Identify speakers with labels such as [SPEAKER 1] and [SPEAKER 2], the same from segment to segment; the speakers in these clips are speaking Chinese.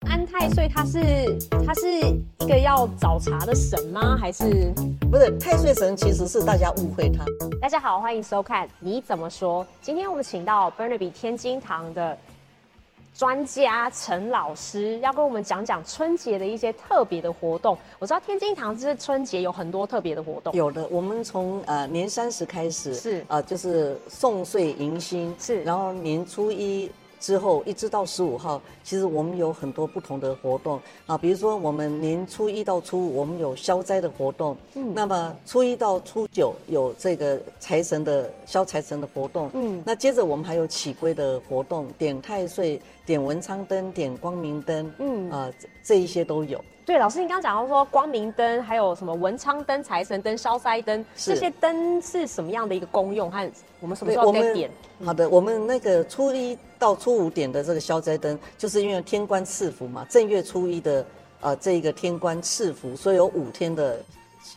[SPEAKER 1] 对，所以他是他是一个要找茬的神吗？还是
[SPEAKER 2] 不是太岁神其实是大家误会他。
[SPEAKER 1] 大家好，欢迎收看《你怎么说》。今天我们请到 Burnaby 天津堂的专家陈老师，要跟我们讲讲春节的一些特别的活动。我知道天津堂这春节有很多特别的活动，
[SPEAKER 2] 有的，我们从呃年三十开始
[SPEAKER 1] 是
[SPEAKER 2] 呃就是送岁迎新
[SPEAKER 1] 是
[SPEAKER 2] 然后年初一。之后一直到十五号，其实我们有很多不同的活动啊，比如说我们年初一到初五，我们有消灾的活动，
[SPEAKER 1] 嗯
[SPEAKER 2] 那么初一到初九有这个财神的消财神的活动，
[SPEAKER 1] 嗯
[SPEAKER 2] 那接着我们还有起龟的活动，点太岁、点文昌灯、点光明灯，
[SPEAKER 1] 嗯
[SPEAKER 2] 啊、这这一些都有。
[SPEAKER 1] 对，老师，你刚刚讲到说光明灯，还有什么文昌灯、财神灯、消灾灯，
[SPEAKER 2] 是
[SPEAKER 1] 这些灯是什么样的一个功用？和我们什么
[SPEAKER 2] 对，
[SPEAKER 1] 时候该点？
[SPEAKER 2] 好的，我们那个初一到初五点的这个消灾灯，就是因为天官赐福嘛，正月初一的呃这一个天官赐福，所以有五天的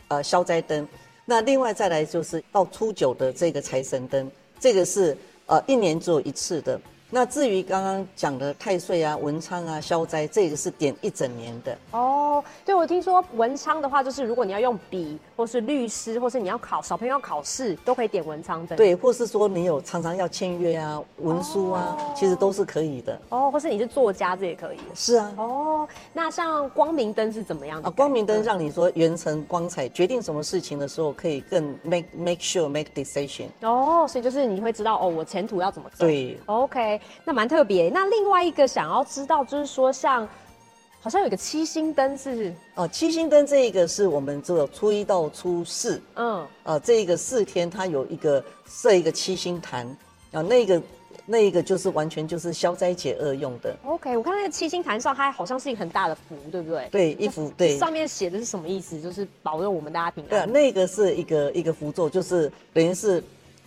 [SPEAKER 2] 呃消灾灯。那另外再来就是到初九的这个财神灯，这个是呃一年只有一次的。那至于刚刚讲的太岁啊、文昌啊、消灾，这个是点一整年的。
[SPEAKER 1] 哦，对，我听说文昌的话，就是如果你要用笔，或是律师，或是你要考小朋友要考试，都可以点文昌灯。，
[SPEAKER 2] 对，或是说你有常常要签约啊、文书啊，其实都是可以的。
[SPEAKER 1] 哦，或是你是作家，这也可以。
[SPEAKER 2] 是啊，
[SPEAKER 1] 哦，那像光明灯是怎么样的？
[SPEAKER 2] 啊，光明灯让你说圆成光彩，决定什么事情的时候可以更 make make sure make decision。
[SPEAKER 1] 哦，所以就是你会知道哦，我前途要怎么走。
[SPEAKER 2] 对
[SPEAKER 1] ，OK，那蛮特别。那另外一个想要知道，就是说像好像有一个七星灯是，
[SPEAKER 2] 哦，七星灯这一个是我们只有初一到初四，
[SPEAKER 1] 嗯，
[SPEAKER 2] 呃，这一个四天它有一个设一个七星坛，啊、那个那一个就是完全就是消灾解厄用的，
[SPEAKER 1] OK，我看那个七星坛上，它好像是一个很大的符，对不对？
[SPEAKER 2] 对，一幅对。
[SPEAKER 1] 上面写的是什么意思？就是保佑我们大家平
[SPEAKER 2] 对啊，
[SPEAKER 1] 安。
[SPEAKER 2] 那个是一个一个符咒，就是等于是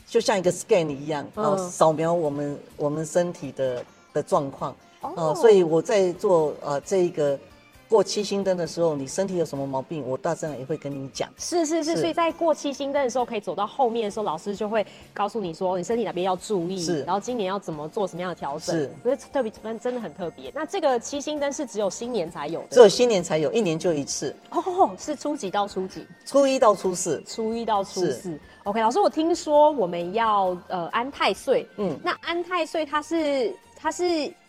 [SPEAKER 2] 就像一个 scan 一样，
[SPEAKER 1] 嗯
[SPEAKER 2] 然后扫描我们我们身体的的状况。
[SPEAKER 1] 哦
[SPEAKER 2] 呃所以我在做呃这一个过七星灯的时候，你身体有什么毛病，我大自然也会跟你讲。
[SPEAKER 1] 是是是，
[SPEAKER 2] 是
[SPEAKER 1] 所以在过七星灯的时候，可以走到后面的时候，老师就会告诉你说，你身体哪边要注意，
[SPEAKER 2] 是
[SPEAKER 1] 然后今年要怎么做什么样的调整，
[SPEAKER 2] 是
[SPEAKER 1] 不是特别真真的很特别。那这个七星灯是只有新年才有
[SPEAKER 2] 只
[SPEAKER 1] 的
[SPEAKER 2] 有新年才有，一年就一次，
[SPEAKER 1] 哦，是初几到初几？
[SPEAKER 2] 初一到初四。
[SPEAKER 1] 初一到初
[SPEAKER 2] 是
[SPEAKER 1] 四。OK，老师，我听说我们要呃安太岁，嗯
[SPEAKER 2] 嗯，
[SPEAKER 1] 那安太岁他是他是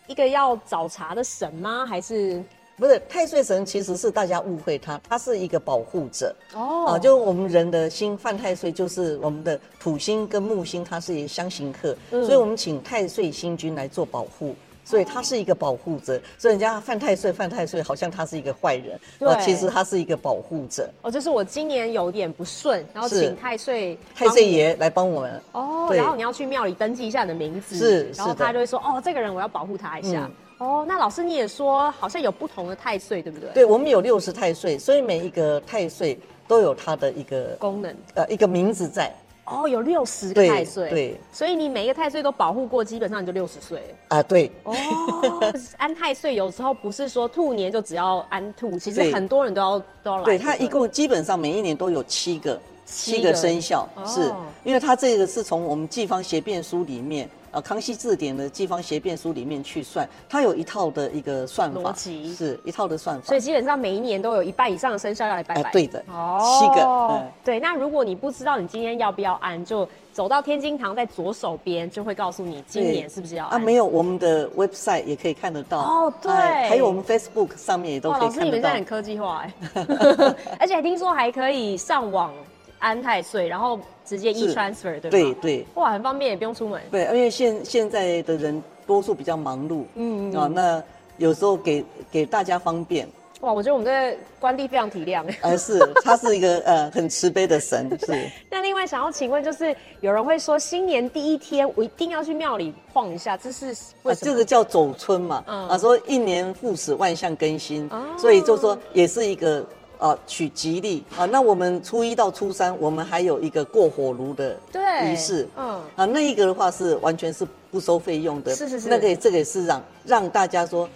[SPEAKER 1] 一个要找茬的神吗？还是
[SPEAKER 2] 不是太岁神，其实是大家误会他，他是一个保护者。
[SPEAKER 1] 哦
[SPEAKER 2] 啊、就我们人的心犯太岁，就是我们的土星跟木星，它是一个相刑克，
[SPEAKER 1] 嗯
[SPEAKER 2] 所以我们请太岁星君来做保护。所以他是一个保护者，所以人家犯太岁，犯太岁好像他是一个坏人，啊
[SPEAKER 1] 对
[SPEAKER 2] 其实他是一个保护者，
[SPEAKER 1] 哦，就是我今年有点不顺，然后
[SPEAKER 2] 是
[SPEAKER 1] 请太岁
[SPEAKER 2] 太岁爷来帮我们。
[SPEAKER 1] 帮我哦，
[SPEAKER 2] 对
[SPEAKER 1] 然后你要去庙里登记一下你的名字，
[SPEAKER 2] 是
[SPEAKER 1] 然后
[SPEAKER 2] 是的
[SPEAKER 1] 他就会说哦，这个人我要保护他一下。
[SPEAKER 2] 嗯
[SPEAKER 1] 哦，那老师你也说好像有不同的太岁，对不对？，
[SPEAKER 2] 对，我们有六十太岁，所以每一个太岁都有他的一个
[SPEAKER 1] 功能
[SPEAKER 2] 呃一个名字在。
[SPEAKER 1] 哦，有六十个
[SPEAKER 2] 对
[SPEAKER 1] 太岁，
[SPEAKER 2] 对，
[SPEAKER 1] 所以你每一个太岁都保护过，基本上你就六十岁了。
[SPEAKER 2] 啊、对，
[SPEAKER 1] 哦， 安太岁有时候不是说兔年就只要安兔，其实
[SPEAKER 2] 对
[SPEAKER 1] 很多人都要都要来。
[SPEAKER 2] 对，它一共基本上每一年都有七个
[SPEAKER 1] 七
[SPEAKER 2] 七
[SPEAKER 1] 个
[SPEAKER 2] 个生肖，
[SPEAKER 1] 哦
[SPEAKER 2] 是因为它这个是从我们《季方协变书》里面，呃，《康熙字典》的《季方协变书》里面去算，它有一套的一个算
[SPEAKER 1] 逻，
[SPEAKER 2] 法
[SPEAKER 1] 辑
[SPEAKER 2] 是一套的算法
[SPEAKER 1] 所以。哦基本上每一年都有一半以上的生肖要来拜拜。
[SPEAKER 2] 哎对的七个嗯
[SPEAKER 1] 对，那如果你不知道你今天要不要安，就走到天津堂在左手边，就会告诉你今年是不是要
[SPEAKER 2] 啊，
[SPEAKER 1] 安。
[SPEAKER 2] 没有，我们的 website 也可以看得到
[SPEAKER 1] 哦对
[SPEAKER 2] 哎还有我们 Facebook 上面也都
[SPEAKER 1] 哇，
[SPEAKER 2] 可以
[SPEAKER 1] 老师
[SPEAKER 2] 看
[SPEAKER 1] 你们
[SPEAKER 2] 得
[SPEAKER 1] 现在
[SPEAKER 2] 到
[SPEAKER 1] 很。科技化哎， 而且还听说还可以上网安太岁，然后直接 e
[SPEAKER 2] 是
[SPEAKER 1] transfer 对吧？
[SPEAKER 2] 对对
[SPEAKER 1] 哇，很方便，也不用出门。
[SPEAKER 2] 对，因为现现在的人多数比较忙碌，
[SPEAKER 1] 嗯
[SPEAKER 2] 嗯啊，那有时候给给大家方便，
[SPEAKER 1] 哇，我觉得我们这官吏非常体谅哎。
[SPEAKER 2] 而呃是他是一个呃很慈悲的神， 是。
[SPEAKER 1] 那另外想要请问，就是有人会说新年第一天我一定要去庙里晃一下，这是为
[SPEAKER 2] 啊，
[SPEAKER 1] 什么？
[SPEAKER 2] 这个叫走春嘛，
[SPEAKER 1] 嗯
[SPEAKER 2] 啊，说一年复始，万象更新，
[SPEAKER 1] 哦
[SPEAKER 2] 所以就说也是一个呃取吉利啊。那我们初一到初三，我们还有一个过火炉的
[SPEAKER 1] 对
[SPEAKER 2] 仪式，
[SPEAKER 1] 嗯
[SPEAKER 2] 啊，那一个的话是完全是不收费用的，
[SPEAKER 1] 是是是
[SPEAKER 2] 那个也这个也是让让大家说。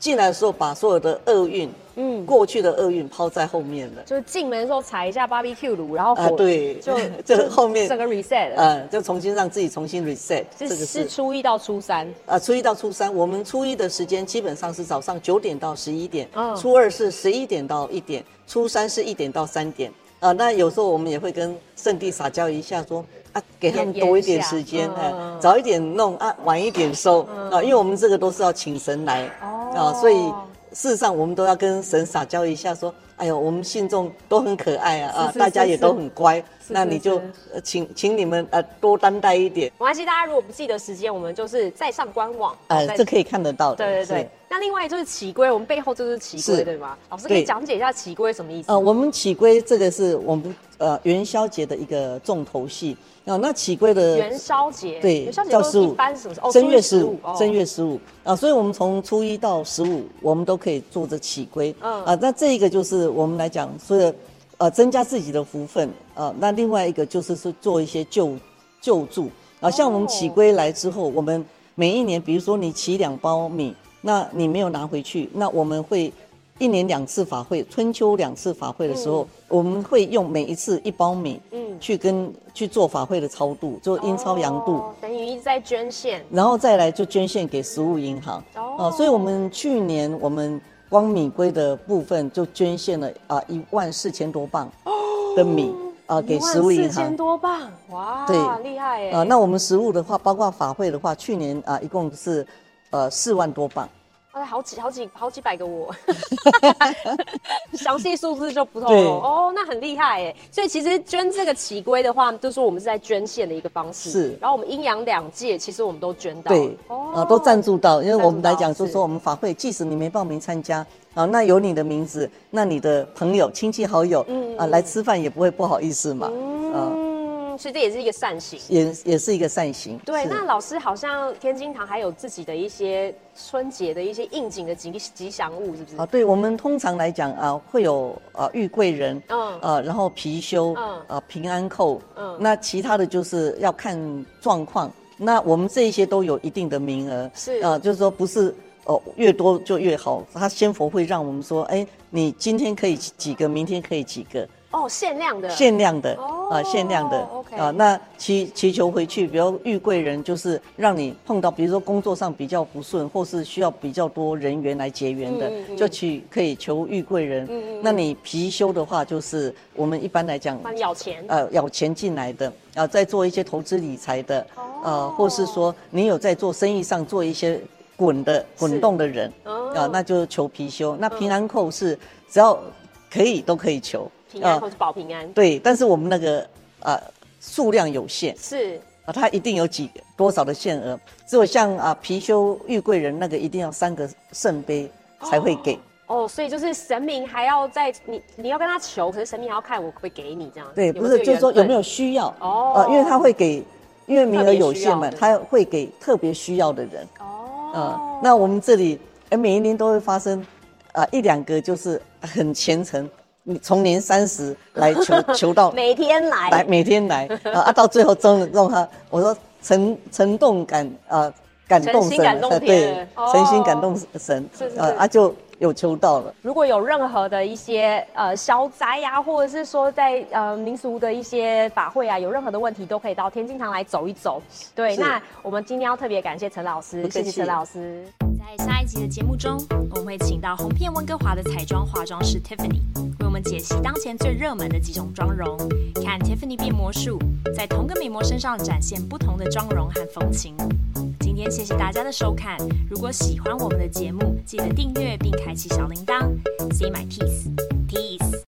[SPEAKER 2] 进来的时候把所有的厄运，
[SPEAKER 1] 嗯，
[SPEAKER 2] 过去的厄运抛在后面了。
[SPEAKER 1] 就是进门的时候踩一下 barbecue 炉，然后火、
[SPEAKER 2] 啊，对，
[SPEAKER 1] 哦就
[SPEAKER 2] 这后面
[SPEAKER 1] 整个 reset 了，
[SPEAKER 2] 呃，就重新让自己重新 reset，这
[SPEAKER 1] 是
[SPEAKER 2] 个
[SPEAKER 1] 是
[SPEAKER 2] 是
[SPEAKER 1] 初一到初三，
[SPEAKER 2] 呃初一到初三，我们初一的时间基本上是早上九点到十一点，
[SPEAKER 1] 嗯
[SPEAKER 2] 初二是十一点到一点，初三是一点到三点。啊，那有时候我们也会跟圣地撒娇一下说啊，给他们
[SPEAKER 1] 延
[SPEAKER 2] 多一点
[SPEAKER 1] 延一下
[SPEAKER 2] 时间，哎、
[SPEAKER 1] 嗯
[SPEAKER 2] 早一点弄啊，晚一点收、啊，因为我们这个都是要请神来
[SPEAKER 1] 哦
[SPEAKER 2] 啊，所以事实上我们都要跟神撒娇一下，说，哎呦，我们信众都很可爱啊，
[SPEAKER 1] 是是
[SPEAKER 2] 啊，大家
[SPEAKER 1] 是
[SPEAKER 2] 也
[SPEAKER 1] 是
[SPEAKER 2] 都很乖，
[SPEAKER 1] 是
[SPEAKER 2] 那
[SPEAKER 1] 是
[SPEAKER 2] 你就是呃请请你们呃多担待一点，
[SPEAKER 1] 没关系，大家如果不记得时间，我们就是再上官网，
[SPEAKER 2] 哎、
[SPEAKER 1] 再
[SPEAKER 2] 这可以看得到的，
[SPEAKER 1] 对对对
[SPEAKER 2] 是。
[SPEAKER 1] 那另外就是起规，我们背后就是起规，
[SPEAKER 2] 是
[SPEAKER 1] 对吗？老师可以
[SPEAKER 2] 对
[SPEAKER 1] 讲解一下起规什么意思？
[SPEAKER 2] 呃，我们起龟这个是我们呃元宵节的一个重头戏啊、那起龟的
[SPEAKER 1] 元宵节，
[SPEAKER 2] 对
[SPEAKER 1] 元宵节
[SPEAKER 2] 到
[SPEAKER 1] 都是
[SPEAKER 2] 十
[SPEAKER 1] 一
[SPEAKER 2] 五
[SPEAKER 1] 般是什么时候？哦
[SPEAKER 2] 正月
[SPEAKER 1] 初一
[SPEAKER 2] 十五，正月十五啊，所以我们从初一到十五，我们都可以做着起龟，
[SPEAKER 1] 嗯
[SPEAKER 2] 啊，那这一个就是我们来讲说的，呃，增加自己的福分啊，那另外一个就是是做一些救救助啊，像我们
[SPEAKER 1] 哦
[SPEAKER 2] 起龟来之后，我们每一年，比如说你起两包米，那你没有拿回去，那我们会。一年两次法会，春秋两次法会的时候，我们会用每一次一包米，
[SPEAKER 1] 嗯
[SPEAKER 2] 去跟去做法会的超度，做阴超阳度，
[SPEAKER 1] 哦等于一直在捐献，
[SPEAKER 2] 然后再来就捐献给食物银行。
[SPEAKER 1] 哦
[SPEAKER 2] 哦、所以我们去年我们光米龟的部分就捐献了啊一万四千多磅的米啊、给食物银
[SPEAKER 1] 哦四千
[SPEAKER 2] 行。
[SPEAKER 1] 多磅，哇，
[SPEAKER 2] 对
[SPEAKER 1] 厉害耶！
[SPEAKER 2] 啊、那我们食物的话，包括法会的话，去年啊、一共是呃四万多磅。
[SPEAKER 1] 哎，好几好几好几百个 我，详细数字就不透
[SPEAKER 2] 对
[SPEAKER 1] 露哦。那很厉害哎，所以其实捐这个起龟的话，就是我们是在捐献的一个方式。
[SPEAKER 2] 是
[SPEAKER 1] 然后我们阴阳两界，其实我们都捐到了，哦
[SPEAKER 2] 对，啊，都赞助到，因为
[SPEAKER 1] 赞助
[SPEAKER 2] 我们来
[SPEAKER 1] 到
[SPEAKER 2] 讲，就是说我们法会，即使你没报名参加，啊，那有你的名字，那你的朋友、亲戚好友，啊，来吃饭也不会不好意思嘛，啊，
[SPEAKER 1] 嗯，所以这也是一个善行。
[SPEAKER 2] 也也是一个善行。
[SPEAKER 1] 对，
[SPEAKER 2] 是
[SPEAKER 1] 那老师好像天津堂还有自己的一些春节的一些应景的吉吉祥物，是不是？
[SPEAKER 2] 啊，对，我们通常来讲啊，会有啊玉贵人，
[SPEAKER 1] 嗯
[SPEAKER 2] 呃，然后貔貅，
[SPEAKER 1] 嗯
[SPEAKER 2] 啊平安扣，
[SPEAKER 1] 嗯
[SPEAKER 2] 那其他的就是要看状况。那我们这一些都有一定的名额，
[SPEAKER 1] 是
[SPEAKER 2] 啊，就是说不是哦越多就越好，他仙佛会让我们说，哎，你今天可以几几个，明天可以几个，
[SPEAKER 1] 哦，限量的，
[SPEAKER 2] 限量的
[SPEAKER 1] 哦
[SPEAKER 2] 啊，限量的
[SPEAKER 1] OK
[SPEAKER 2] 啊。那祈祈求回去，比如遇贵人，就是让你碰到，比如说工作上比较不顺，或是需要比较多人员来结缘的
[SPEAKER 1] 嗯嗯，嗯嗯
[SPEAKER 2] 就去可以求遇贵人。那你貔貅的话，就是我们一般来讲，
[SPEAKER 1] 帮你咬钱，
[SPEAKER 2] 呃，有钱进来的，啊，在做一些投资理财的，
[SPEAKER 1] 哦
[SPEAKER 2] 呃，或是说你有在做生意上做一些滚的滚动的人，
[SPEAKER 1] 哦嗯
[SPEAKER 2] 啊，那就求貔貅。那平安扣是只要可以都可以求，
[SPEAKER 1] 平安
[SPEAKER 2] 啊
[SPEAKER 1] 或是保平安，
[SPEAKER 2] 对，但是我们那个呃数量有限
[SPEAKER 1] 是
[SPEAKER 2] 啊，它一定有几多少的限额，只有像啊貔貅玉贵人那个一定要三个圣杯才会给。
[SPEAKER 1] 哦，所以就是神明还要在你你要跟他求，可是神明还要看我可不可以给你这样，
[SPEAKER 2] 对，不是，就是说有没有需要
[SPEAKER 1] 哦
[SPEAKER 2] 呃因为他会给，因为名额有限嘛
[SPEAKER 1] 特别需要，的
[SPEAKER 2] 他会给特别需要的人。
[SPEAKER 1] 有哦，
[SPEAKER 2] 呃，那我们这里哎，每一年都会发生，啊、一两个就是很虔诚，你从年三十来求求到
[SPEAKER 1] 每天来
[SPEAKER 2] 来每 天来啊啊，到最后终于弄他，我说诚诚动感啊、感动
[SPEAKER 1] 诚
[SPEAKER 2] 神
[SPEAKER 1] 心感动
[SPEAKER 2] 呃对
[SPEAKER 1] 天哦，
[SPEAKER 2] 诚心感动神，
[SPEAKER 1] 是是是
[SPEAKER 2] 啊就有求到了。
[SPEAKER 1] 如果有任何的一些呃消灾呀、或者是说在呃民俗的一些法会啊，有任何的问题都可以到天津堂来走一走。对，
[SPEAKER 2] 是
[SPEAKER 1] 那我们今天要特别感谢陈老师，
[SPEAKER 2] 不
[SPEAKER 1] 谢
[SPEAKER 2] 客气
[SPEAKER 1] 谢陈老师。
[SPEAKER 3] 在下一集的节目中，我们会请到红遍温哥华的彩妆化妆师 Tiffany，为我们解析当前最热门的几种妆容，看 Tiffany 变魔术在同个美魔身上展现不同的妆容和风情。今天谢谢大家的收看，如果喜欢我们的节目，记得订阅并开启小铃铛。Say my piece。